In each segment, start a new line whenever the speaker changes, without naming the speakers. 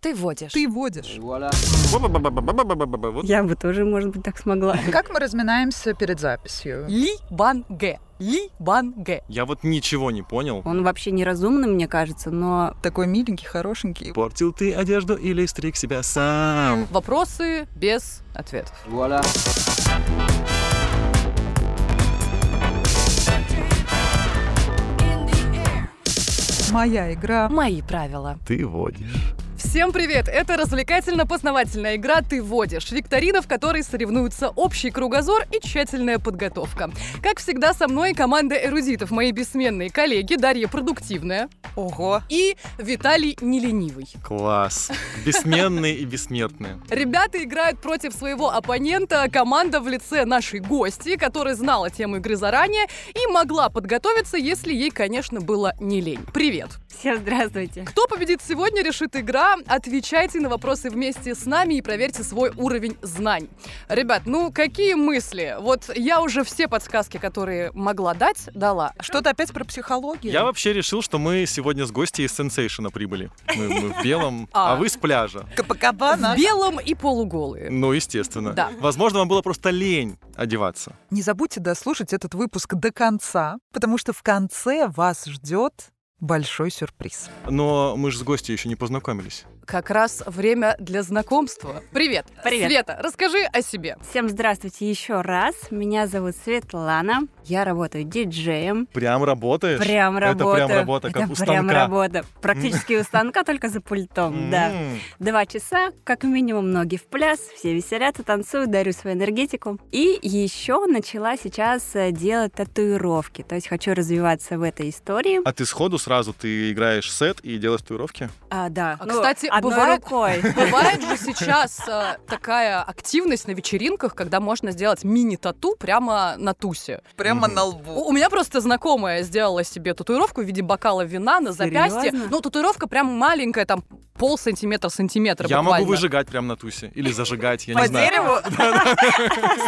Ты водишь.
Ты водишь.
Вот.
Я бы тоже, может быть, так смогла.
Как мы разминаемся перед записью?
Ли-бан-ге. Ли-бан-ге.
Я вот ничего не понял.
Он вообще неразумный, мне кажется, но
Такой миленький, хорошенький.
Портил ты одежду или стриг себя сам?
Вопросы без ответов.
Моя игра.
Мои правила.
Ты водишь.
Всем привет! Это развлекательно-познавательная игра «Ты водишь», викторина, в которой соревнуются общий кругозор и тщательная подготовка. Как всегда, со мной команда эрудитов, мои бессменные коллеги Дарья Продуктивная
Ого.
и Виталий Неленивый.
Класс. Бессменные и бессмертные.
Ребята играют против своего оппонента, команда в лице нашей гости, которая знала тему игры заранее и могла подготовиться, если ей, конечно, было не лень. Привет!
Всем здравствуйте.
Кто победит сегодня, решит игра. Отвечайте на вопросы вместе с нами и проверьте свой уровень знаний. Ребят, ну какие мысли? Вот я уже все подсказки, которые могла дать, дала.
Что-то А опять про психологию.
Я вообще решил, что мы сегодня с гостей из Сенсейшена прибыли. Мы, мы в белом,
А.
а вы с пляжа.
Капакабана.
В белом и полуголые.
Ну, естественно.
Да.
Возможно, вам было просто лень одеваться.
Не забудьте дослушать этот выпуск до конца, потому что в конце вас ждет большой сюрприз.
Но мы же с гостью еще не познакомились.
Как раз время для знакомства. Привет!
Привет.
Света, расскажи о себе.
Всем здравствуйте еще раз. Меня зовут Светлана. Я работаю диджеем.
Прям работаешь?
Прям работа.
Это прям работа, как
Это
у
прям
станка.
работа. Практически у станка, только за пультом, да.
М.
Два часа, как минимум, ноги в пляс, все веселятся, танцуют, дарю свою энергетику. И еще начала сейчас э, делать татуировки. То есть хочу развиваться в этой истории.
А ты сходу сразу ты играешь сет и делаешь татуировки?
А, да.
А, кстати,
одной
бывает-
рукой.
Бывает же сейчас э, такая активность на вечеринках, когда можно сделать мини-тату прямо на тусе.
Прямо
Мгм.
на лбу.
У у меня просто знакомая сделала себе татуировку в виде бокала вина на запястье.
Серьезно?
Ну, татуировка прям маленькая, там пол сантиметра, сантиметра
Я могу
буквально.
выжигать прям на тусе. Или зажигать, я
По
не знаю.
дереву?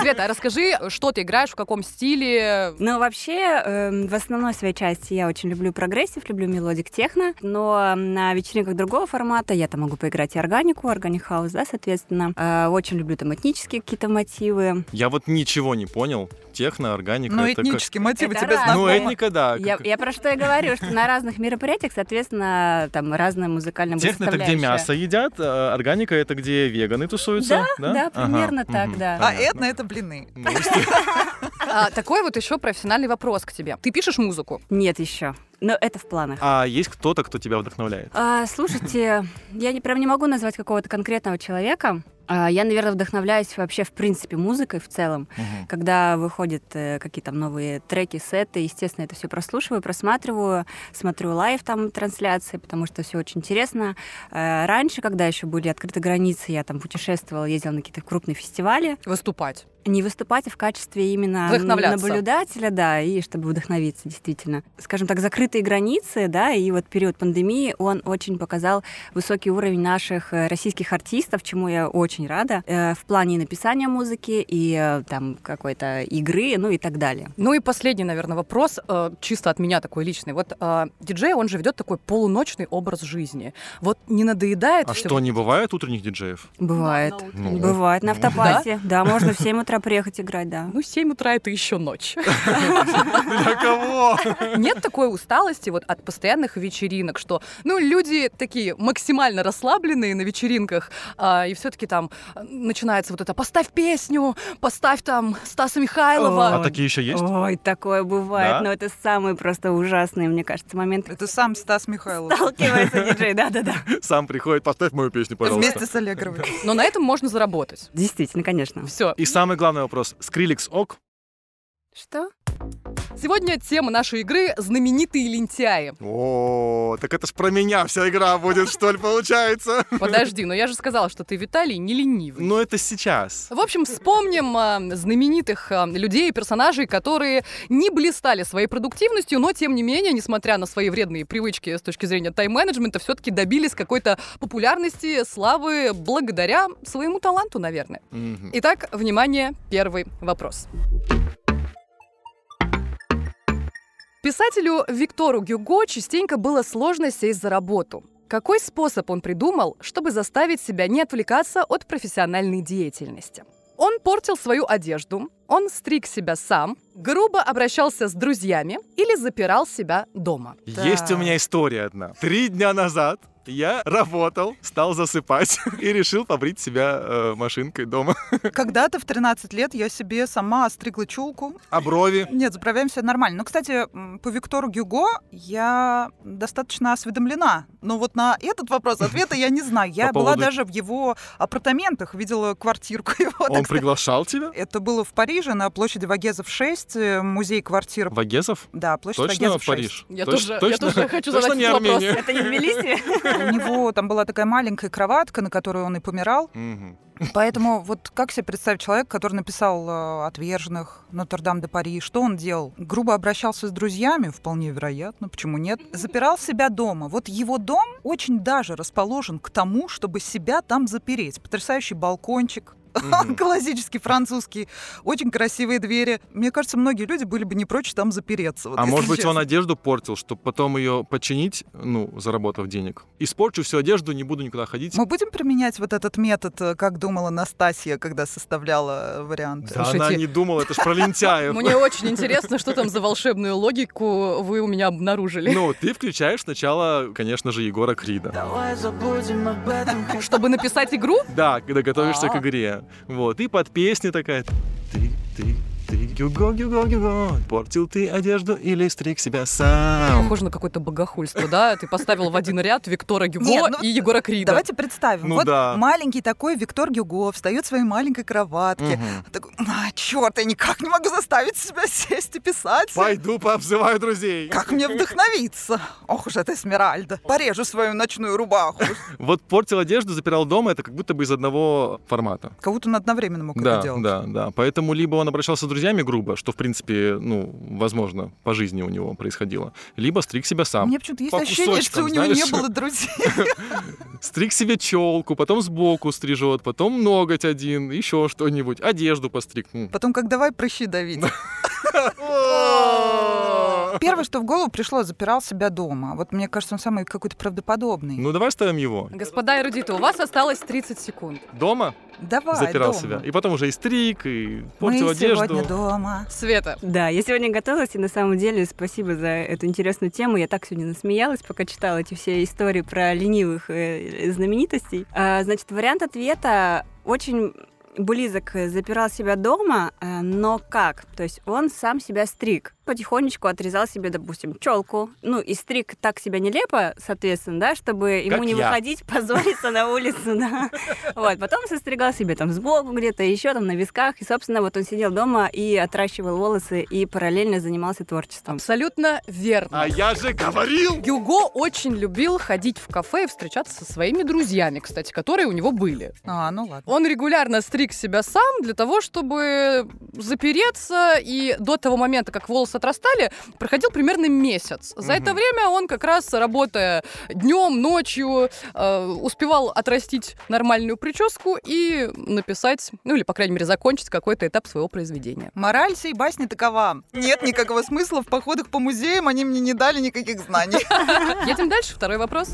Света, а расскажи, что ты играешь, в каком стиле?
Ну, вообще, эм, в основной своей части я очень люблю прогрессив, люблю мелодик техно, но на вечеринках другого формата я там могу поиграть и органику, органик хаус, да, соответственно. Э, Очень люблю там этнические какие-то мотивы.
Я вот ничего не понял. Техно, органика.
Ну,
это как-
этнические мотивы
Это
тебе
раз.
Ну,
знакомы.
этника, да.
Я,
как-
я про что и говорю, что на разных мероприятиях, соответственно, там разная музыкальная будет
Техно это где
составляющая.
мясо едят, а органика это где веганы тусуются. Да,
да,
Ага,
примерно так,
мгм,
да.
А
понятно.
этно — это блины.
Ну, естественно.
А, такой вот еще профессиональный вопрос к тебе. Ты пишешь музыку?
Нет еще, но это в планах.
А есть кто-то, кто тебя вдохновляет?
А, слушайте, я не, прям не могу назвать какого-то конкретного человека. А, я, наверное, вдохновляюсь вообще, в принципе, музыкой в целом.
Мгм.
Когда выходят э, какие-то там новые треки, сеты, естественно, это все прослушиваю, просматриваю, смотрю лайв там трансляции, потому что все очень интересно. Э, Раньше, когда еще были открыты границы, я там путешествовала, ездила на какие-то крупные фестивали.
Выступать.
Не выступать а в качестве именно
Вдохновляться.
наблюдателя, да, и чтобы вдохновиться, действительно. Скажем так, закрытые границы, да, и вот период пандемии, он очень показал высокий уровень наших э, российских артистов, чему я очень рада, э, в плане и написания музыки и э, там какой-то игры, ну и так далее.
Ну и последний, наверное, вопрос, э, чисто от меня такой личный. Вот э, диджей, он же ведет такой полуночный образ жизни. Вот не надоедает
А
всё-
что, не бывает утренних диджеев?
Бывает.
Ну,
Бывает
ну,
на автопате. Да, можно в 7 утра приехать играть, да.
Ну, 7 утра это еще ночь.
Для кого?
Нет такой усталости вот от постоянных вечеринок, что, ну, люди такие максимально расслабленные на вечеринках, а, и все-таки там э, начинается вот это «поставь песню», «поставь там Стаса Михайлова».
О,
А такие еще есть?
Ой, такое бывает,
Да?
но это самые просто ужасные, мне кажется, моменты.
Это сам Стас Михайлов.
Сталкивается диджей, да-да-да.
Сам приходит, поставь мою песню,
Вместе
пожалуйста.
с Аллегровой.
Но на этом можно заработать.
Действительно, конечно.
Все.
И самый главный вопрос. Скриликс ок?
Что?
Сегодня тема нашей игры «Знаменитые лентяи».
О, так это ж про меня вся игра будет, что ли, получается?
Подожди, но я же сказала, что ты, Виталий, не ленивый.
Ну, это сейчас.
В общем, вспомним э, знаменитых э, людей и персонажей, которые не блистали своей продуктивностью, но, тем не менее, несмотря на свои вредные привычки с точки зрения тайм-менеджмента, все-таки добились какой-то популярности, славы благодаря своему таланту, наверное.
Мгм.
Итак, внимание, первый вопрос. Писателю Виктору Гюго частенько было сложно сесть за работу. Какой способ он придумал, чтобы заставить себя не отвлекаться от профессиональной деятельности? Он портил свою одежду, он стриг себя сам, грубо обращался с друзьями или запирал себя дома.
Есть у меня история одна. Три дня назад я работал, стал засыпать и решил побрить себя э, машинкой дома.
Когда-то в 13 лет я себе сама остригла чулку.
А брови?
Нет, заправляемся нормально. Ну, кстати, м, по Виктору Гюго я достаточно осведомлена. Но вот на этот вопрос ответа я не знаю. Я
По
была
поводу-
даже в его апартаментах, видела квартирку его.
Он
так сказать.
приглашал тебя?
Это было в Париже на площади Вагезов 6, э, музей квартир.
Вагезов?
Да, площадь
Точно
Вагезов
в
6.
Париж?
Я
Точ-
тоже- я
точно,
тоже хочу
точно
задать
не
этот вопрос.
Армения?
Это не в Тбилиси?
У него там была такая маленькая кроватка, на которой он и помирал.
Мгм.
Поэтому вот как себе представить человека, который написал э, «Отверженных», «Нотр-Дам де Пари», что он делал? Грубо обращался с друзьями, вполне вероятно, почему нет? Запирал себя дома. Вот его дом очень даже расположен к тому, чтобы себя там запереть. Потрясающий балкончик,
Мгм.
классический французский, очень красивые двери. Мне кажется, многие люди были бы не прочь там запереться. вот
А
если
может быть, он
честно.
одежду портил, чтобы потом ее починить, ну, заработав денег. Испорчу всю одежду, не буду никуда ходить.
Мы будем применять вот этот метод, э, как думала Настасья, когда составляла э, варианты?
Да она
слушайте.
не думала, это ж про лентяев.
Мне очень интересно, что там за волшебную логику вы у меня обнаружили.
Ну, ты включаешь сначала, конечно же, Егора Крида.
Давай забудем об этом,
Ну.
хотя
Чтобы написать игру,
Да, когда готовишься к
А.
игре. Вот, и под песни такая. Ты, ты, ты, Гюго, Гюго, Гюго. Портил ты одежду или стриг себя сам?
похоже на какое-то богохульство, да? Ты поставил в один ряд Виктора
Нет,
Гюго
ну вот
и Егора Крида.
Давайте представим.
Ну
вот
да.
маленький такой Виктор Гюго встает в своей маленькой кроватке.
Мгм.
Такой, а, черт, я никак не могу заставить себя сесть и писать.
Пойду пообзываю друзей.
Как мне вдохновиться? Ох уж эта Эсмеральда. Порежу свою ночную рубаху.
Вот портил одежду, запирал дома, это как будто бы из одного формата.
Ну, Как будто он одновременно мог
Да,
это делать.
да, да. Поэтому либо он обращался с друзьями грубо, что, в принципе, ну, возможно, по жизни у него происходило, либо стриг себя сам.
Мне почему-то есть
По
ощущение, что
кусочкам,
у него не
знаешь.
было друзей.
Стриг себе челку, потом сбоку стрижет, потом ноготь один, еще что-нибудь, одежду постриг. М.
Потом как давай прыщи давить. Первое, что в голову пришло, запирал себя дома. Вот мне кажется, он самый какой-то правдоподобный.
Ну, давай ставим его.
Господа эрудиты, у вас осталось 30 секунд.
Дома
Давай,
запирал
дома.
себя. И потом уже и стриг, и
Мы
портил
сегодня
одежду.
дома.
Света,
Да, я сегодня готовилась, и на самом деле спасибо за эту интересную тему. Я так сегодня насмеялась, пока читала эти все истории про ленивых э, знаменитостей. А, значит, вариант ответа очень близок э, запирал себя дома, э, но как? То есть он сам себя стриг. Потихонечку отрезал себе, допустим, челку. Ну, и стриг так себя нелепо, соответственно, да, чтобы ему
Как
не
я.
выходить, позориться на улицу, да. Вот, потом состригал себе там сбоку где-то, еще там на висках. И, собственно, вот он сидел дома и отращивал волосы, и параллельно занимался творчеством.
абсолютно верно.
А я же говорил!
Гюго очень любил ходить в кафе и встречаться со своими друзьями, кстати, которые у него были.
А, ну ладно.
Он регулярно стриг себя сам для того, чтобы запереться, и до того момента, как волосы отрастали, проходил примерно месяц. За это
Мгм.
время он как раз, работая днем, ночью, э, успевал отрастить нормальную прическу и написать, ну или, по крайней мере, закончить какой-то этап своего произведения.
Мораль сей басни такова. Нет никакого смысла в походах по музеям, они мне не дали никаких знаний.
Едем дальше, второй вопрос.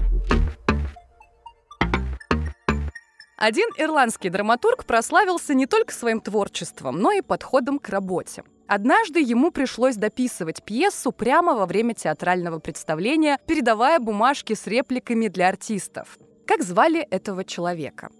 Один ирландский драматург прославился не только своим творчеством, но и подходом к работе. Однажды ему пришлось дописывать пьесу прямо во время театрального представления, передавая бумажки с репликами для артистов. Как звали этого человека?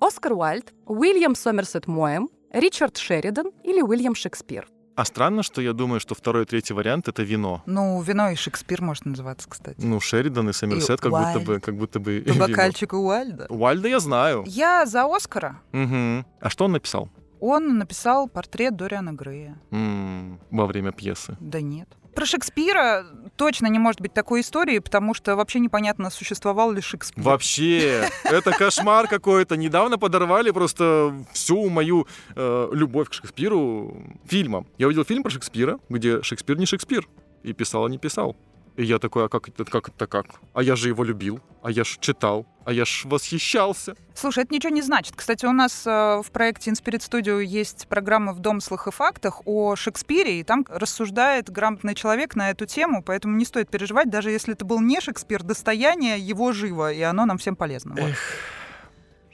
Оскар Уайльд, Уильям Сомерсет Моэм, Ричард Шеридан или Уильям Шекспир?
А странно, что я думаю, что второй и третий вариант — это вино.
Ну, вино и Шекспир может называться, кстати.
Ну, Шеридан и Сомерсет как будто бы... Как будто бы
По
вино.
бокальчику Уальда.
Уальда я знаю.
Я за Оскара.
Мгм. А что он написал?
Он написал портрет Дориана Грея.
М, Во время пьесы.
Да нет. Про Шекспира точно не может быть такой истории, потому что вообще непонятно, существовал ли Шекспир.
Вообще, это кошмар какой-то. Недавно подорвали просто всю мою э, любовь к Шекспиру фильмом. Я увидел фильм про Шекспира, где Шекспир не Шекспир. И писал, а не писал. И я такой, а как это, как это как? А я же его любил, а я ж читал, а я ж восхищался.
Слушай, это ничего не значит. Кстати, у нас э, в проекте Inspirit Studio есть программа в домыслах и фактах о Шекспире, и там рассуждает грамотный человек на эту тему, поэтому не стоит переживать, даже если это был не Шекспир, достояние его живо, и оно нам всем полезно. Вот.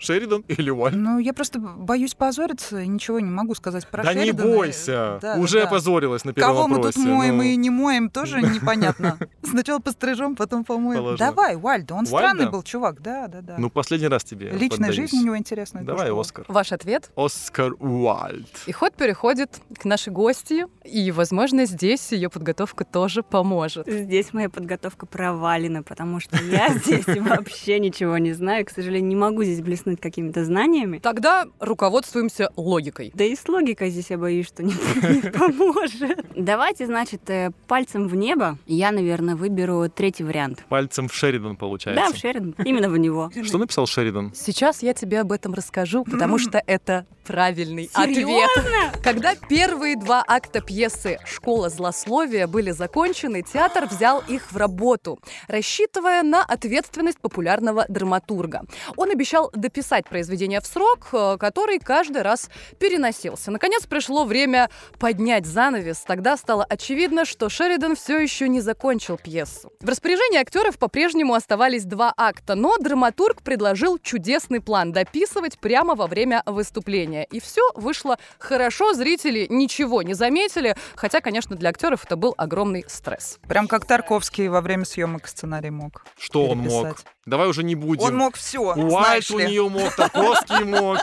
Шеридан или Уальд?
Ну, я просто боюсь позориться, и ничего не могу сказать про
да не
Шеридана.
бойся,
Да,
уже
да.
опозорилась на первом
Кого мы тут
вопросе.
моем
ну.
и не моем, тоже непонятно. Сначала пострижем, потом помоем.
Положено.
Давай, Вальдо, он
Вальдо?
странный был чувак, да, да, да.
Ну, последний раз тебе
Личная
поддаюсь.
жизнь у него интересная.
Давай,
тоже была.
Оскар.
Ваш ответ?
Оскар Уальд.
И ход переходит к нашей гости, и, возможно, здесь ее подготовка тоже поможет.
Здесь моя подготовка провалена, потому что я здесь вообще ничего не знаю. К сожалению, не могу здесь блеснуть какими-то знаниями.
Тогда руководствуемся логикой.
Да и с логикой здесь я боюсь, что не, не поможет. Давайте, значит, э, пальцем в небо. Я, наверное, выберу третий вариант.
Пальцем в Шеридан получается.
Да, в Шеридан. Именно в него.
Что написал Шеридан?
Сейчас я тебе об этом расскажу, потому что это правильный
Серьёзно?
ответ. Когда первые два акта пьесы «Школа злословия» были закончены, театр взял их в работу, рассчитывая на ответственность популярного драматурга. Он обещал дописать произведение в срок, э, который каждый раз переносился. Наконец пришло время поднять занавес. Тогда стало очевидно, что Шеридан все еще не закончил пьесу. В распоряжении актеров по-прежнему оставались два акта, но драматург предложил чудесный план дописывать прямо во время выступления. И все вышло хорошо, зрители ничего не заметили, хотя, конечно, для актеров это был огромный стресс.
Прям как Тарковский во время съемок сценарий мог.
Что он мог?
переписать.
Давай уже не будем.
Он мог все,
Уайт
знаешь
у
ли.
нее мог, Тарковский мог.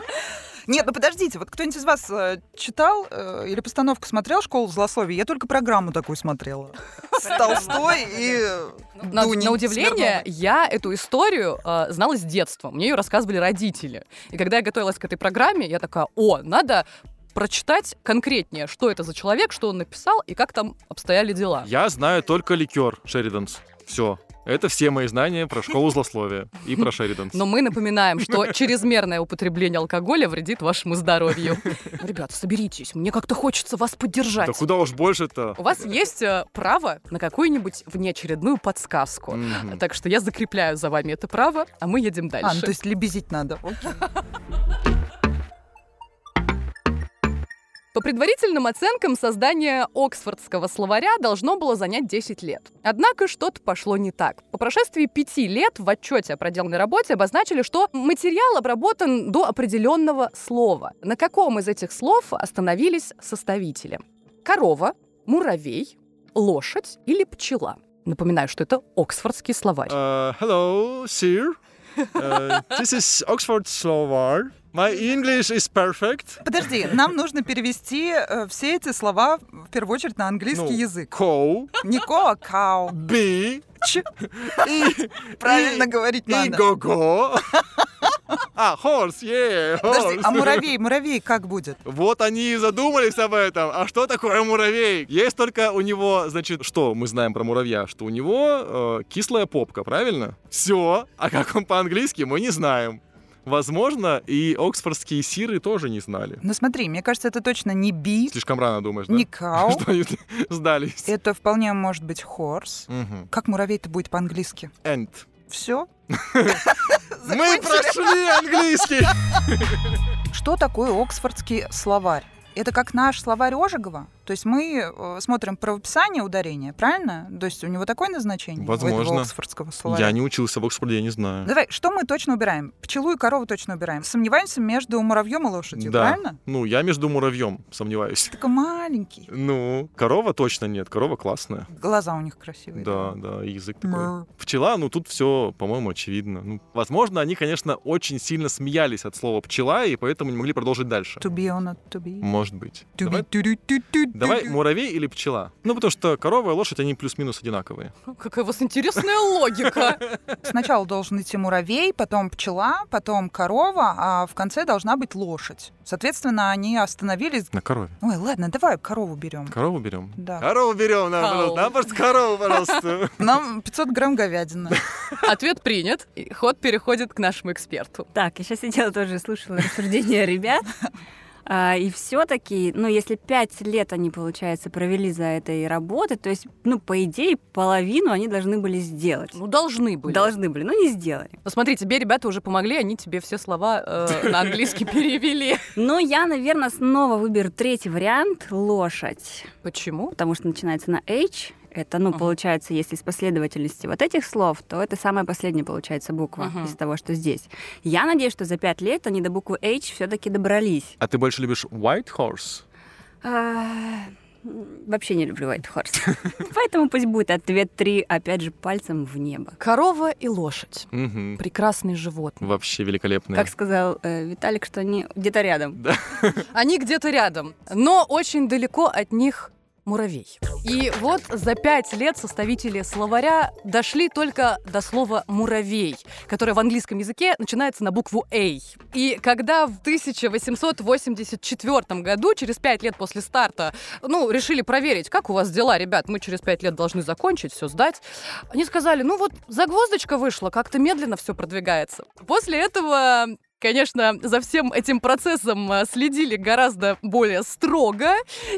Нет, ну подождите, вот кто-нибудь из вас э, читал э, или постановку смотрел «Школу злословия»? Я только программу такую смотрела. С Толстой и э,
На,
Дуней
на удивление,
Смирновой.
я эту историю э, знала с детства. Мне ее рассказывали родители. И когда я готовилась к этой программе, я такая, о, надо прочитать конкретнее, что это за человек, что он написал и как там обстояли дела.
Я знаю только ликер Шериданс. Все. Это все мои знания про школу злословия и про Шериданс.
Но мы напоминаем, что чрезмерное употребление алкоголя вредит вашему здоровью. Ребята, соберитесь, мне как-то хочется вас поддержать.
Да куда уж больше-то?
У вас есть э, право на какую-нибудь внеочередную подсказку.
Мгм.
Так что я закрепляю за вами это право, а мы едем дальше.
А, ну то есть лебезить надо. Окей.
По предварительным оценкам, создание Оксфордского словаря должно было занять 10 лет. Однако что-то пошло не так. По прошествии пяти лет в отчете о проделанной работе обозначили, что материал обработан до определенного слова. На каком из этих слов остановились составители? Корова, муравей, лошадь или пчела? Напоминаю, что это Оксфордский словарь.
Uh, hello, sir. Uh, this is Oxford Slovak. My English is perfect.
Подожди, нам нужно перевести э, все эти слова в первую очередь на английский
Ну,
язык.
Co,
Никола кау.
be,
Ч- и Правильно
И-
говорить
и
надо.
go-go. А, horse, yeah,
Подожди,
horse.
а муравей, муравей как будет?
Вот они и задумались об этом. А что такое муравей? Есть только у него, значит, что мы знаем про муравья? Что у него э, кислая попка, правильно? Все. А как он по-английски, мы не знаем. Возможно, и оксфордские сиры тоже не знали.
Ну смотри, мне кажется, это точно не би,
Слишком рано думаешь, Типа, да?
не кау.
Что они сдались.
Это вполне может быть хорс.
Мгм.
Как муравей-то будет по-английски?
And.
Все.
Мы прошли английский!
Что такое Оксфордский словарь? Это как наш словарь Ожегова. То есть мы э, смотрим правописание ударения, правильно? То есть у него такое назначение? у этого
Возможно.
Оксфордского словаря.
Я не учился в Оксфорде, я не знаю.
Давай, что мы точно убираем? Пчелу и корову точно убираем. Сомневаемся между муравьем и лошадью,
Да.
правильно?
Ну, я между муравьем, сомневаюсь.
Такой маленький.
Ну, корова точно нет, корова классная.
Глаза у них красивые.
Да, да, и язык такой.
Мр.
Пчела, ну тут все, по-моему, очевидно. Ну, возможно, они, конечно, очень сильно смеялись от слова пчела, и поэтому не могли продолжить дальше.
To be or not to be.
Может быть.
To be,
Давай,
тю-рю-тю-тю-тю-тю.
давай муравей или пчела. Ну, потому что корова и лошадь, они плюс-минус одинаковые.
Ну, Какая у вас интересная логика.
Сначала должен идти муравей, потом пчела, потом корова, а в конце должна быть лошадь. Соответственно, они остановились.
На корове.
Ой, ладно, давай корову берем.
Корову берем?
Да.
Корову
Коу.
берем, нам, нам просто корову, пожалуйста.
Нам 500 грамм говядины.
Ответ принят. И ход переходит к нашему эксперту.
Так, я сейчас сидела тоже, слушала рассуждения ребят. А, И все-таки, ну, если пять лет они, получается, провели за этой работой, то есть, ну, по идее, половину они должны были сделать.
Ну, должны были.
Должны были, но не сделали.
Ну, смотри, тебе ребята уже помогли, они тебе все слова э, на английский перевели.
Но я, наверное, снова выберу третий вариант — лошадь.
Почему?
потому что начинается на H. Это, ну,
Мгм.
получается, если из последовательности вот этих слов, то это самая последняя, получается, буква
Мгм.
из того, что здесь. Я надеюсь, что за пять лет они до буквы H все-таки добрались.
А ты больше любишь White Horse?
А, м, Вообще не люблю White Horse. Поэтому пусть будет ответ 3, опять же, пальцем в небо.
Корова и лошадь.
Мгм.
Прекрасные животные.
Вообще великолепно.
Как сказал э, Виталик, что они где-то рядом.
Они где-то рядом, но очень далеко от них муравей. И вот за пять лет составители словаря дошли только до слова «муравей», которое в английском языке начинается на букву «A». И когда в 1884 году, через пять лет после старта, ну, решили проверить, как у вас дела, ребят, мы через пять лет должны закончить, все сдать, они сказали, ну вот загвоздочка вышла, как-то медленно все продвигается. После этого Конечно, за всем этим процессом э, следили гораздо более строго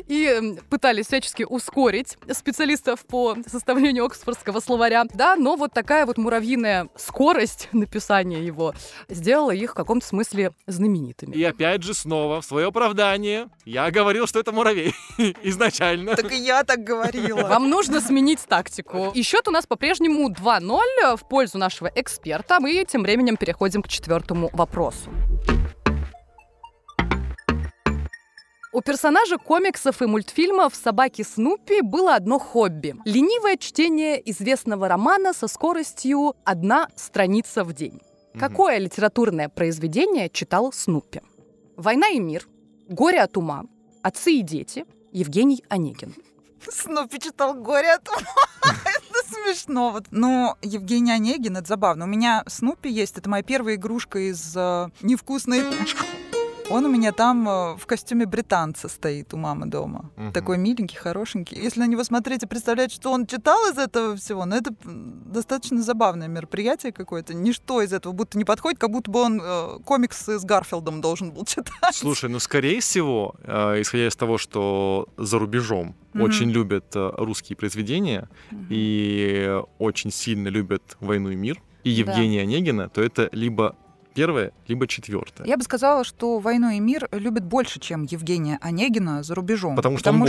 и м, пытались всячески ускорить специалистов по составлению Оксфордского словаря. Да, но вот такая вот муравьиная скорость написания его сделала их в каком-то смысле знаменитыми.
И опять же снова в свое оправдание я говорил, что это муравей изначально.
Так и я так говорила.
Вам нужно сменить тактику. И счет у нас по-прежнему 2-0 в пользу нашего эксперта. Мы тем временем переходим к четвертому вопросу. У персонажа комиксов и мультфильмов «Собаки Снупи» было одно хобби – ленивое чтение известного романа со скоростью одна страница в день.
Мгм.
Какое литературное произведение читал Снупи? «Война и мир», «Горе от ума», «Отцы и дети», Евгений Онегин.
Снупи читал горе от ума. Это смешно. Вот. Но Евгений Онегин, это забавно. У меня Снупи есть, это моя первая игрушка из э, невкусной... Он у меня там э, в костюме британца стоит у мамы дома.
Мгм.
Такой миленький, хорошенький. Если на него смотреть и представлять, что он читал из этого всего, ну это м, достаточно забавное мероприятие какое-то. Ничто из этого будто не подходит, как будто бы он э, комиксы с Гарфилдом должен был читать.
Слушай, ну скорее всего, э, исходя из того, что за рубежом
Мгм.
очень любят э, русские произведения и очень сильно любят «Войну и мир» и
Да.
Евгения Онегина, то это либо первое, либо четвертое.
Я бы сказала, что «Войну и мир» любят больше, чем Евгения Онегина за рубежом.
Потому что он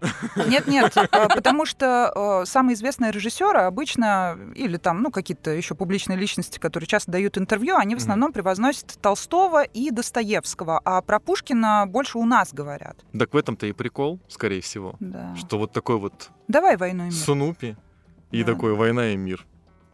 Нет-нет, э, потому что э, самые известные режиссеры обычно, или там, ну, какие-то еще публичные личности, которые часто дают интервью, они в
Мгм.
основном превозносят Толстого и Достоевского, а про Пушкина больше у нас говорят.
Так в этом-то и прикол, скорее всего,
Да.
что вот такой вот
Давай «Войну и мир».
Сунупи и
Да.
такой «Война и мир»,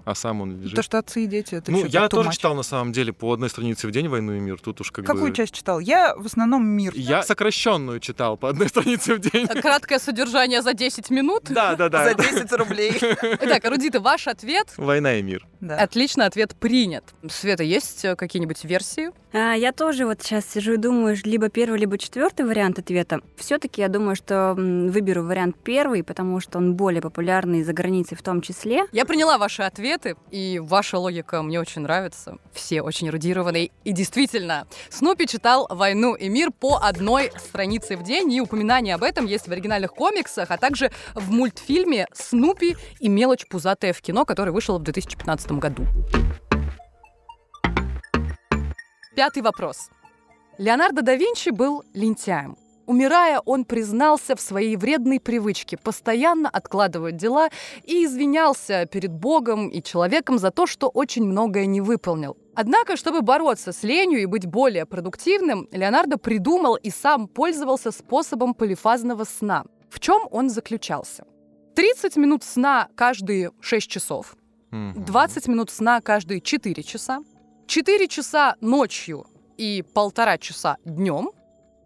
а сам он
То,
лежит.
что «Отцы и дети» — это
Ну,
чё-то
я
too
тоже
much.
читал на самом деле по одной странице в день «Войну и мир». Тут уж как
Какую
бы...
часть читал? Я в основном «Мир».
Я сокращенную читал по одной странице в день.
Краткое содержание за 10 минут.
Да, да, да.
За 10 рублей.
Итак, Рудита, ваш ответ?
Война и мир.
Да.
Отлично, ответ принят. Света, есть э, какие-нибудь версии?
А, я тоже вот сейчас сижу и думаю, ж- либо первый, либо четвертый вариант ответа. Все-таки я думаю, что м, выберу вариант первый, потому что он более популярный за границей в том числе.
Я приняла ваши ответы, и ваша логика мне очень нравится. Все очень эрудированные. И действительно, Снупи читал «Войну и мир» по одной странице в день, и упоминание об этом есть в оригинальных комиксах, а также в мультфильме «Снупи и мелочь пузатая в кино», который вышел в 2015 году. Пятый вопрос. Леонардо да Винчи был лентяем. Умирая, он признался в своей вредной привычке постоянно откладывать дела и извинялся перед Богом и человеком за то, что очень многое не выполнил. Однако, чтобы бороться с ленью и быть более продуктивным, Леонардо придумал и сам пользовался способом полифазного сна. В чем он заключался? 30 минут сна каждые 6 часов,
Мгм.
20 минут сна каждые 4 часа, 4 часа ночью и полтора часа днем,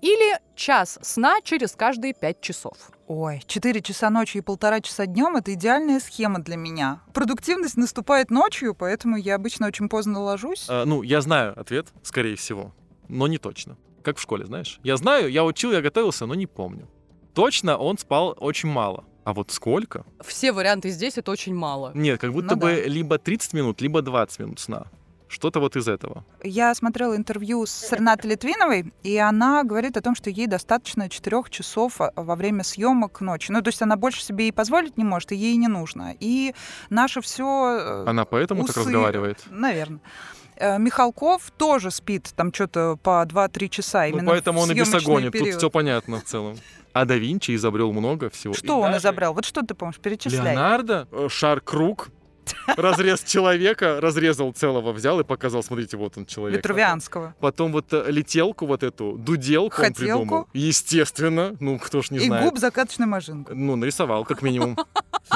или час сна через каждые 5 часов.
Ой, 4 часа ночи и полтора часа днем это идеальная схема для меня. Продуктивность наступает ночью, поэтому я обычно очень поздно ложусь.
А, ну, я знаю ответ, скорее всего, но не точно. Как в школе, знаешь? Я знаю, я учил, я готовился, но не помню. Точно он спал очень мало. А вот сколько?
Все варианты здесь это очень мало.
Нет, как будто
Ну
бы либо 30 минут, либо 20 минут сна. Что-то вот из этого.
Я смотрела интервью с Ренатой Литвиновой, и она говорит о том, что ей достаточно 4 часов а, во время съемок ночи. Ну, то есть она больше себе и позволить не может, и ей не нужно. И наше все...
Она поэтому так
Усы.
разговаривает.
Наверное. Э, Михалков тоже спит там что-то по 2-3 часа А именно
ну, поэтому
в
он и
съёмочный
бесогонит.
период.
Тут все понятно в целом. А да Винчи изобрел много всего.
Что он изобрел? Вот что ты помнишь? Перечисляй.
Леонардо, э, шар-круг, разрез человека, разрезал целого, взял и показал, смотрите, вот он человек.
Ветрувианского.
Потом вот э, летелку вот эту, дуделку
Хотелку.
он придумал. Естественно, ну кто ж не
и
знает.
губ закаточной мажинкой.
Ну, нарисовал, как минимум.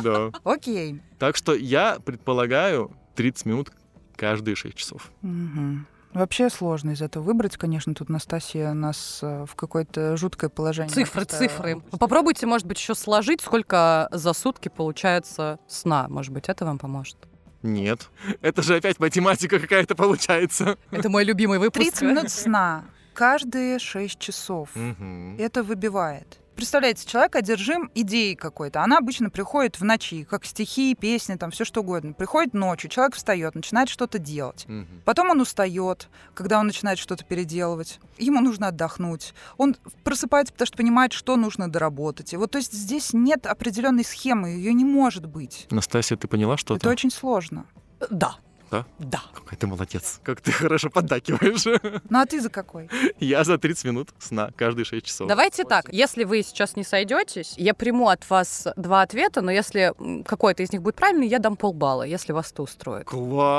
Да.
Окей.
Так что я предполагаю 30 минут каждые 6 часов.
Мгм. Вообще сложно из этого выбрать, конечно, тут Настасья нас э, в какое-то жуткое положение.
Цифры,
поставила.
цифры. Ну, Попробуйте, может быть, еще сложить, сколько за сутки получается сна. Может быть, это вам поможет.
Нет. Это же опять математика какая-то получается.
Это мой любимый выпуск.
30 минут сна каждые 6 часов.
Мгм.
Это выбивает. Представляете, человек одержим идеей какой-то. Она обычно приходит в ночи, как стихи, песни, там все что угодно. Приходит ночью, человек встает, начинает что-то делать.
Мгм.
Потом он устает, когда он начинает что-то переделывать. Ему нужно отдохнуть. Он просыпается, потому что понимает, что нужно доработать. И вот, то есть здесь нет определенной схемы, ее не может быть.
Настасья, ты поняла
Это
что-то?
очень сложно.
Да.
Да?
Да.
Какой ты молодец. Как ты хорошо поддакиваешь.
Ну а ты за какой?
Я за 30 минут сна каждые 6 часов.
Давайте так, если вы сейчас не сойдетесь, я приму от вас два ответа, но если м, какой-то из них будет правильный, я дам полбалла, если вас это устроит.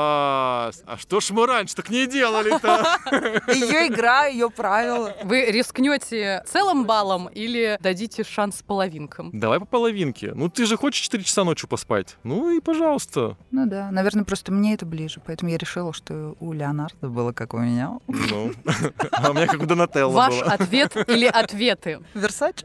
Класс! А что ж мы раньше так не делали-то?
Ее игра, ее правила.
Вы рискнете целым баллом или дадите шанс половинкам?
Давай по половинке. Ну ты же хочешь 4 часа ночью поспать. Ну и пожалуйста.
Ну да, наверное, просто мне это ближе, поэтому я решила, что у Леонардо было как у меня.
Ну. А у меня как у Донателло
Ваш
было.
ответ или ответы?
Версач.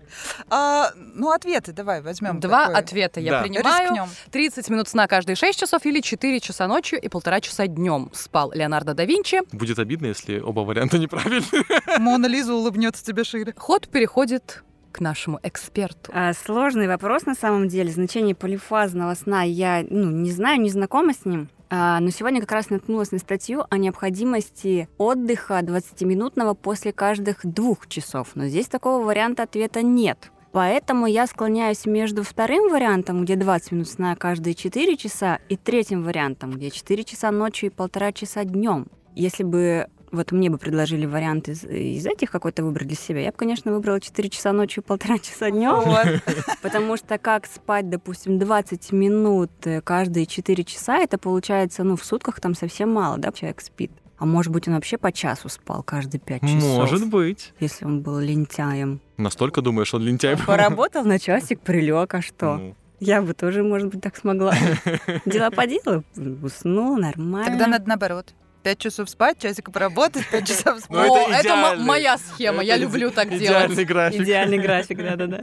А, ну, ответы давай возьмем.
Два
такое.
ответа я
Да.
принимаю.
Рискнем.
30 минут сна каждые 6 часов или 4 часа ночью и полтора часа днем спал Леонардо да Винчи.
Будет обидно, если оба варианта неправильные.
Мона Лиза улыбнется тебе шире.
Ход переходит к нашему эксперту.
А, Сложный вопрос на самом деле. Значение полифазного сна я ну, не знаю, не знакома с ним. А, Но сегодня как раз наткнулась на статью о необходимости отдыха 20-минутного после каждых двух часов. Но здесь такого варианта ответа нет. Поэтому я склоняюсь между вторым вариантом, где 20 минут сна каждые 4 часа, и третьим вариантом, где 4 часа ночью и полтора часа днем. Если бы вот мне бы предложили вариант из, из этих какой-то выбрать для себя, я бы, конечно, выбрала 4 часа ночью и полтора часа днем. Потому что как спать, допустим, 20 минут э, каждые 4 часа, это получается, ну, в сутках там совсем мало, да, человек спит. А может быть, он вообще по часу спал каждые 5 часов.
Может быть.
Если он был лентяем.
Настолько думаешь, он лентяй? был?
Поработал на часик, прилег, а что?
Ну,
Я бы тоже, может быть, так смогла. Дела подела, уснула нормально.
Тогда надо наоборот. Пять часов спать, часик поработать, пять часов
Ну,
спать.
это
О, это мо-
идеальный.
моя схема, я
это
люблю
иде-
так
Идеальный
делать.
график.
Идеальный график, да-да-да.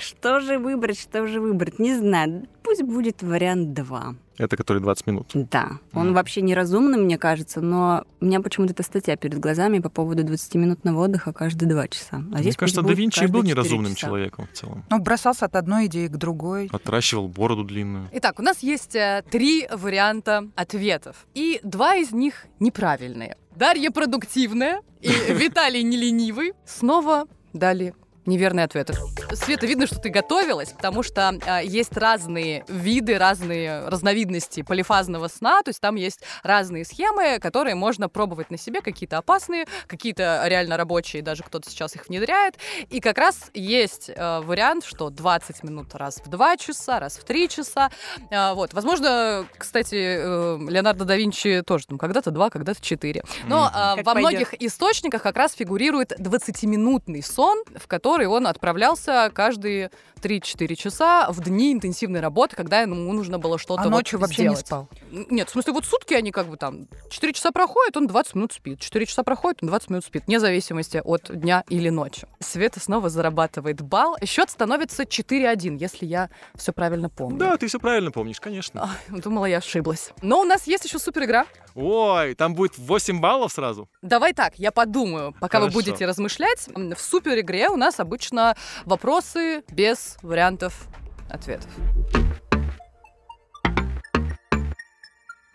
Что же выбрать, что же выбрать? Не знаю. Пусть будет вариант 2.
Это который 20 минут.
Да, он
Мгм.
вообще неразумный, мне кажется, но у меня почему-то эта статья перед глазами по поводу 20-минутного отдыха каждые два часа. А
Мне
здесь пусть
кажется, да
будет
Винчи и был
каждые четыре
неразумным
часа.
человеком в целом.
Ну, бросался от одной идеи к другой.
Отращивал бороду длинную.
Итак, у нас есть э, три варианта ответов. И два из них неправильные. Дарья продуктивная и Виталий неленивый снова дали неверные ответы. Света, видно, что ты готовилась, потому что э, есть разные виды, разные разновидности полифазного сна, то есть там есть разные схемы, которые можно пробовать на себе, какие-то опасные, какие-то реально рабочие, даже кто-то сейчас их внедряет. И как раз есть э, вариант, что 20 минут раз в 2 часа, раз в 3 часа. Э, вот. Возможно, кстати, э, Леонардо да Винчи тоже там когда-то 2, когда-то 4.
Ну,
Но
Мгм.
э,
Как
во
пойдёт.
многих источниках как раз фигурирует 20-минутный сон, в который он отправлялся каждые 3-4 часа в дни интенсивной работы, когда ему нужно было
Ну,
что-то
А
вот
ночью вообще не
сделать.
спал.
Н- Нет, в смысле, вот сутки они как бы там 4 часа проходят, он 20 минут спит. 4 часа проходит, он 20 минут спит, вне зависимости от дня или ночи. Света снова зарабатывает балл. Счет становится 4-1, если я все правильно помню.
Да, ты все правильно помнишь, конечно.
А.
Ай, думала, я ошиблась. Но у нас есть еще супер игра.
Ой, там будет 8 баллов сразу.
Давай так, я подумаю, пока
Хорошо.
вы будете размышлять. М, В супер игре у нас обычно вопросы без вариантов ответов.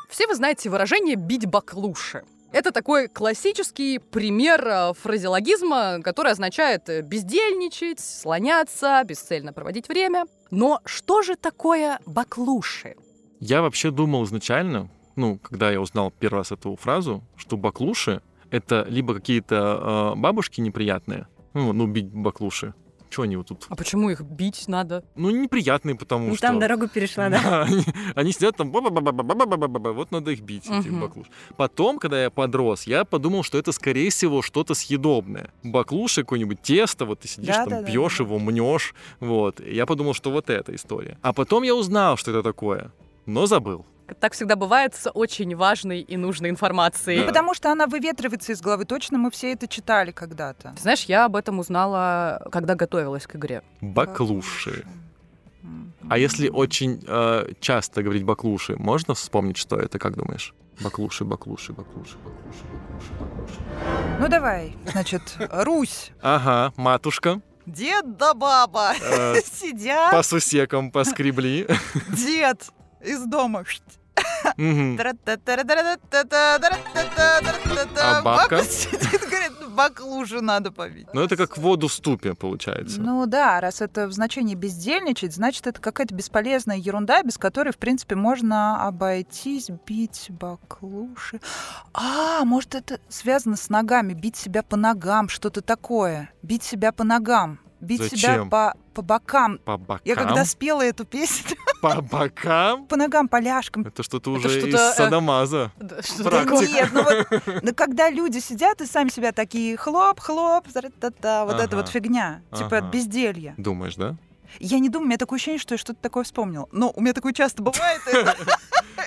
Все вы знаете выражение «бить баклуши». Это такой классический пример э, фразеологизма, который означает э, бездельничать, слоняться, бесцельно проводить время. Но что же такое баклуши?
Я вообще думал изначально, ну, когда я узнал первый раз эту фразу, что баклуши — это либо какие-то э, бабушки неприятные, ну, ну, бить баклуши. Чего они вот тут?
А почему их бить надо?
Ну, неприятные, потому
Ну,
что...
там дорогу перешла, да.
они, они сидят там, ба-ба-ба-ба-ба-ба-ба-ба-ба, вот надо их бить, этих
Мгм.
баклуш. Потом, когда я подрос, я подумал, что это, скорее всего, что-то съедобное. Баклуши, какое-нибудь тесто, вот ты сидишь
Да,
там,
да, да,
бьешь
да.
его, мнешь, вот. И Я подумал, что вот эта история. А потом я узнал, что это такое, но забыл.
Так всегда бывает с очень важной и нужной информацией.
Да.
Ну, потому что она выветривается из головы. Точно мы все это читали когда-то.
Ты знаешь, я об этом узнала, когда готовилась к игре.
Баклуши.
Мгм.
А если очень э, часто говорить баклуши, можно вспомнить, что это, как думаешь? Баклуши, баклуши, баклуши, баклуши, баклуши, баклуши.
Ну, давай. Значит, Русь.
Ага, матушка,
Дед да баба
э,
сидят.
по сусекам поскребли.
Дед из
А
дома.
Мгм.
А
А бабка?
сидит, говорит, «Ну, баклуши надо побить.
Ну, это как воду в ступе, получается.
Ну да, раз это в значении бездельничать, значит, это какая-то бесполезная ерунда, без которой, в принципе, можно обойтись, бить баклуши. А, может, это связано с ногами, бить себя по ногам, что-то такое. Бить себя по ногам, бить себя
Зачем?
по, по бокам.
По бокам?
Я когда спела эту песню,
По бокам?
по ногам, по ляжкам.
Это что-то
Это
уже
что-то,
из
э,
садомаза.
Да, что
Да
Практика.
нет, ну вот, ну когда люди сидят и сами себя такие хлоп-хлоп, та-та, вот
Ага.
эта вот фигня, типа от
Ага.
безделья.
Думаешь, да?
Я не думаю, у меня такое ощущение, что я что-то такое вспомнила. Но у меня такое часто бывает. и это-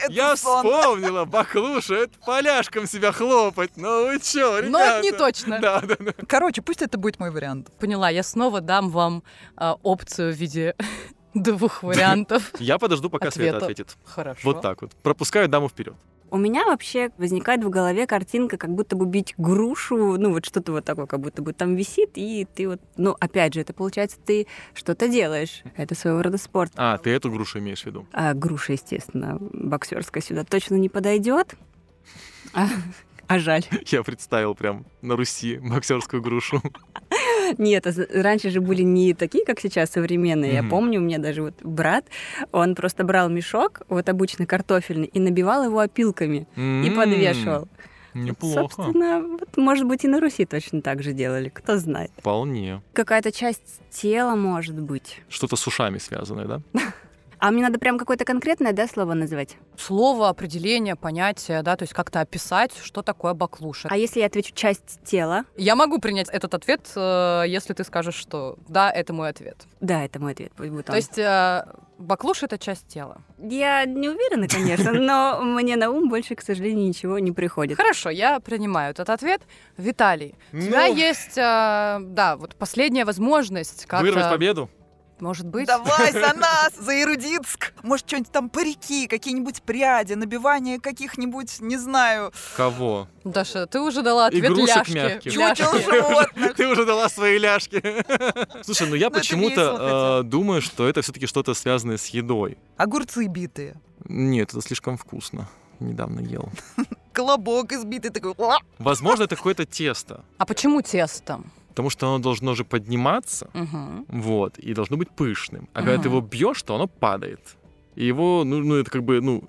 это
Я
сон.
вспомнила, баклуша, это поляшком себя хлопать. Ну вы чё,
Но это не
ребята?
точно.
Да, да, да.
Короче, пусть это будет мой вариант.
Поняла, я снова дам вам а, опцию в виде двух вариантов.
Я подожду, пока Света
Ответа.
ответит.
Хорошо.
Вот так вот. Пропускаю даму вперед.
У меня вообще возникает в голове картинка, как будто бы бить грушу, ну вот что-то вот такое, как будто бы там висит, и ты вот, ну опять же, это получается, ты что-то делаешь. Это своего рода спорт.
А, ты эту грушу имеешь в виду?
А груша, естественно, боксерская сюда точно не подойдет. А, а жаль.
Я представил прям на Руси боксерскую грушу.
Нет, а з- раньше же были не такие, как сейчас современные. Я
Мгм.
помню, у меня даже вот брат, он просто брал мешок, вот обычный картофельный, и набивал его опилками и
М,
подвешивал.
Неплохо.
Собственно, вот, может быть, и на Руси точно так же делали, кто знает.
Вполне.
Какая-то часть тела, может быть.
Что-то с ушами связанное, да?
А мне надо прям какое-то конкретное, да, слово называть?
Слово, определение, понятие, да, то есть как-то описать, что такое баклуша.
А если я отвечу часть тела?
Я могу принять этот ответ, э, если ты скажешь, что да, это мой ответ.
Да, это мой ответ, пусть будет он.
То есть э, баклуша — это часть тела.
Я не уверена, конечно, но мне на ум больше, к сожалению, ничего не приходит.
Э, Хорошо, я принимаю этот ответ. Виталий, у тебя
Ну,
есть, э, да, вот последняя возможность как-то...
Вырвать победу?
Может быть?
Давай за нас, за Ирудинск. Может, что-нибудь там парики, какие-нибудь пряди, набивание каких-нибудь, не знаю,
Кого?
Даша, ты уже дала ответ
Игрушек
ляшки.
мягких.
Ляшки.
чучел животных.
Ты уже дала свои ляжки. Слушай, ну я
Ну, это весело
почему-то
хотя
э, думаю, что это все-таки что-то связанное с едой.
Огурцы битые.
Нет, это слишком вкусно. Недавно ел.
Колобок избитый такой. «Уа!»
Возможно, это какое-то тесто.
А почему тесто?
Потому что оно должно же подниматься,
Мгм.
вот, и должно быть пышным. А когда ты
Мгм.
его бьешь, то оно падает. И его, ну, ну, это как бы, ну,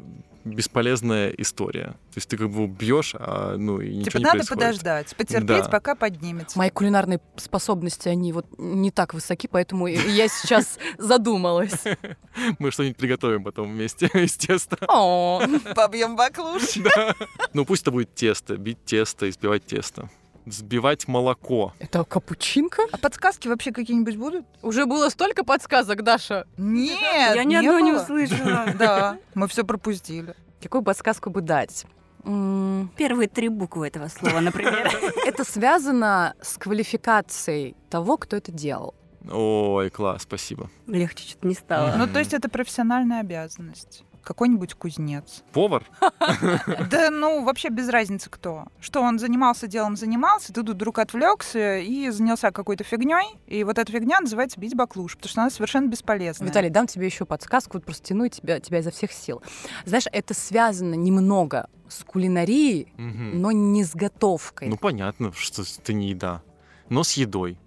бесполезная история. То есть ты как бы его бьешь, а, ну, и ничего
Типа
не
надо
происходит.
подождать, потерпеть,
Да.
пока поднимется.
Мои кулинарные способности, они вот не так высоки, поэтому и- и я сейчас задумалась.
Мы что-нибудь приготовим потом вместе из теста.
О,
Побьем баклуши.
Да. Ну пусть это будет тесто, бить тесто, избивать тесто. Сбивать молоко.
Это капучинка?
А подсказки вообще какие-нибудь будут?
Уже было столько подсказок, Даша.
Нет,
Я ни одной не
было.
услышала.
Да, мы все пропустили.
Какую подсказку бы дать? М,
Первые три буквы этого слова, например.
Это связано с квалификацией того, кто это делал.
Ой, класс, спасибо.
Легче что-то не стало.
Мгм.
Ну, то есть это профессиональная обязанность. какой-нибудь кузнец.
Повар?
Да, ну, вообще без разницы кто. Что он занимался делом, занимался, ты тут вдруг отвлекся и занялся какой-то фигней. И вот эта фигня называется бить баклуш, потому что она совершенно бесполезна.
Виталий, дам тебе еще подсказку, вот просто тяну тебя, тебя изо всех сил. Знаешь, это связано немного с кулинарией,
Мгм.
но не с готовкой.
Ну, понятно, что с- это не еда. Но с едой.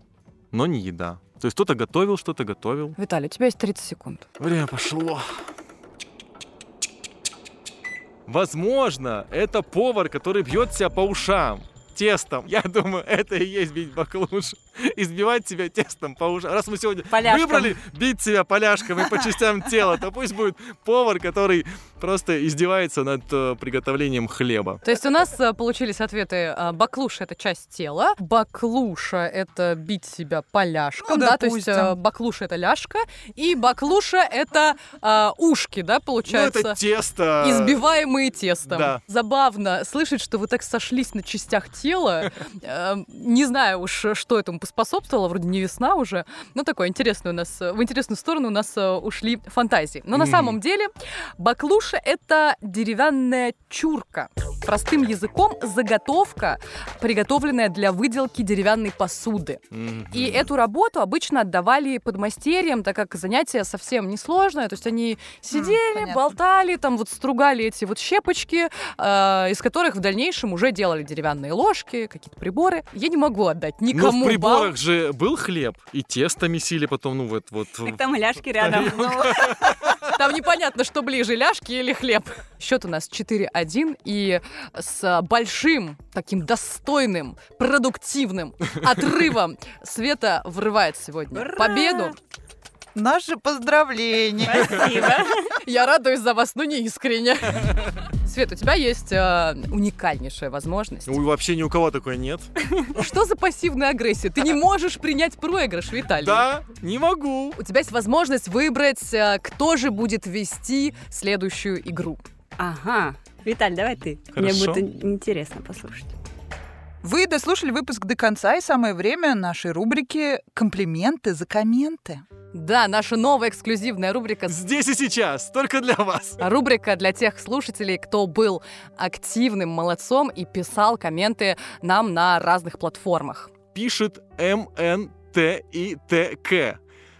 Но не еда. То есть кто-то готовил, что-то готовил.
Виталий, у тебя есть 30 секунд.
Время пошло. Возможно, это повар, который бьет себя по ушам тестом. Я думаю, это и есть бить баклуш. Избивать себя тестом по ушам. Раз мы сегодня
Поляшком.
выбрали бить себя поляшком и по частям тела, то пусть будет повар, который просто издевается над э, приготовлением хлеба.
То есть у нас э, получились ответы э, баклуша это часть тела, баклуша это бить себя поляшком,
Ну,
да, то есть э,
допустим.
баклуша это ляшка, и баклуша это э, ушки, да,
Ну,
получается.
это тесто.
Избиваемые тестом.
Да.
Забавно слышать, что вы так сошлись на частях тела. Э, Не знаю уж, что этому поспособствовало, вроде не весна уже. Но такое интересное у нас, э, в интересную сторону у нас э, ушли фантазии. Но на
Мгм.
самом деле баклуша — это деревянная чурка. Простым языком заготовка, приготовленная для выделки деревянной посуды.
Мгм.
И эту работу обычно отдавали подмастерьям, так как занятие совсем несложное. То есть они сидели,
понятно.
болтали, там вот стругали эти вот щепочки, э, из которых в дальнейшем уже делали деревянные ложки, какие-то приборы. Я не могу отдать
Ну,
никому
в
бал.
приборах же был хлеб, и тесто месили потом, ну, вот, вот.
Так там и ляшки рядом.
Там непонятно, что ближе, ляжки или хлеб. Счет у нас 4-1, и с большим, таким достойным, продуктивным отрывом Света врывает сегодня
Ура!
победу.
Наше поздравление!
Ну, Спасибо.
Я радуюсь за вас, но не искренне. Свет, у тебя есть э, уникальнейшая возможность.
Ой, вообще ни у кого такой нет.
Что за пассивная агрессия? Ты не можешь принять проигрыш, Виталий.
Да, не могу.
У тебя есть возможность выбрать, э, кто же будет вести следующую игру.
Ага. Виталь, давай ты. Мне
Хорошо.
будет ин- интересно послушать.
Вы дослушали выпуск до конца, и самое время нашей рубрики «Комплименты за комменты».
Да, наша новая эксклюзивная рубрика
Здесь и сейчас, только для вас.
Рубрика для тех слушателей, кто был активным молодцом и писал комменты нам на разных платформах.
Пишет М-Н-Т-И-Т-К.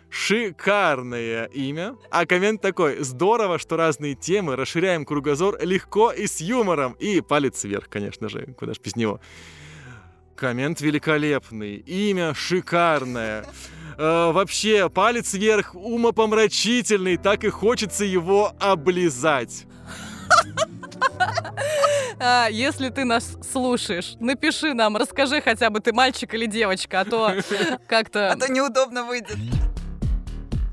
Шикарное имя. А коммент такой. Здорово, что разные темы, расширяем кругозор легко и с юмором. И палец вверх, конечно же, куда ж без него. Коммент великолепный, имя шикарное. Э, вообще, палец вверх умопомрачительный, так и хочется его облизать.
А, если ты нас слушаешь, напиши нам, расскажи хотя бы ты мальчик или девочка, а то как-то...
А то неудобно выйдет.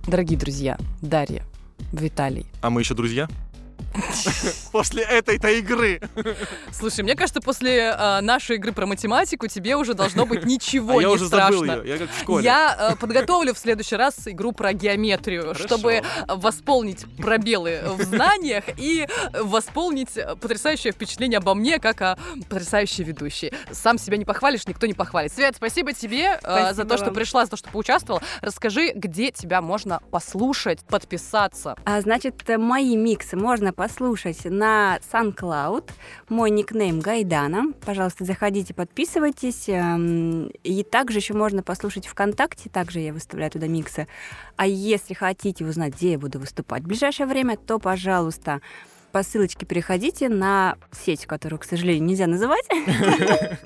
Дорогие друзья, Дарья, Виталий.
А мы еще друзья? После этой-то игры.
Слушай, мне кажется, после э, нашей игры про математику тебе уже должно быть ничего
А я
не
уже
страшно.
забыл ее, я как в школе.
Я э, подготовлю в следующий раз игру про геометрию,
Хорошо.
чтобы восполнить пробелы в знаниях и восполнить э, потрясающее впечатление обо мне, как о потрясающей ведущей. Сам себя не похвалишь, никто не похвалит. Свет, спасибо тебе э,
Спасибо
за то, что
вам.
пришла, за то, что поучаствовала. Расскажи, где тебя можно послушать, подписаться.
А значит, э, мои миксы можно послушать на SunCloud. Мой никнейм Гайдана. Пожалуйста, заходите, подписывайтесь. Эм, И также еще можно послушать ВКонтакте. Также я выставляю туда миксы. А если хотите узнать, где я буду выступать в ближайшее время, то, пожалуйста, по ссылочке переходите на сеть, которую, к сожалению, нельзя называть.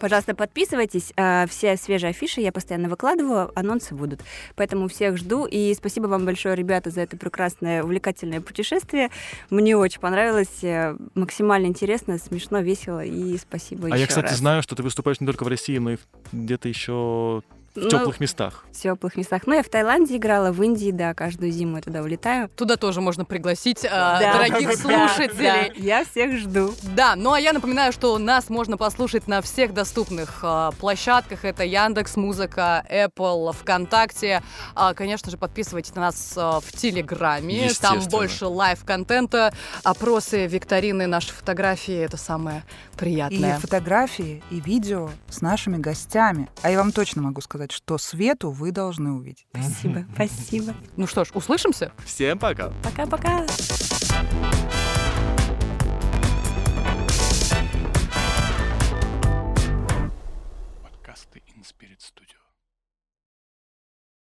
Пожалуйста, подписывайтесь. Э, Все свежие афиши я постоянно выкладываю, анонсы будут. Поэтому всех жду. И спасибо вам большое, ребята, за это прекрасное, увлекательное путешествие. Мне очень понравилось. э, Максимально интересно, смешно, весело. И спасибо
А
еще
я, кстати,
раз.
знаю, что ты выступаешь не только в России, но и в- где-то еще в
Ну,
теплых местах.
в теплых местах. Ну, я в Таиланде играла, в Индии, да, каждую зиму я туда улетаю.
Туда тоже можно пригласить э,
Да.
дорогих
Да,
слушателей.
да. Я всех жду.
Да, ну а я напоминаю, что нас можно послушать на всех доступных а, площадках. Это Яндекс Музыка, Apple, ВКонтакте. А, конечно же, подписывайтесь на нас а, в Телеграме. Там
Естественно.
больше лайв-контента, опросы, викторины, наши фотографии. Это самое
И
приятное.
фотографии, и видео с нашими гостями. А я вам точно могу сказать, что Свету вы должны увидеть.
Спасибо, спасибо.
Ну что ж, услышимся?
Всем пока!
Пока-пока.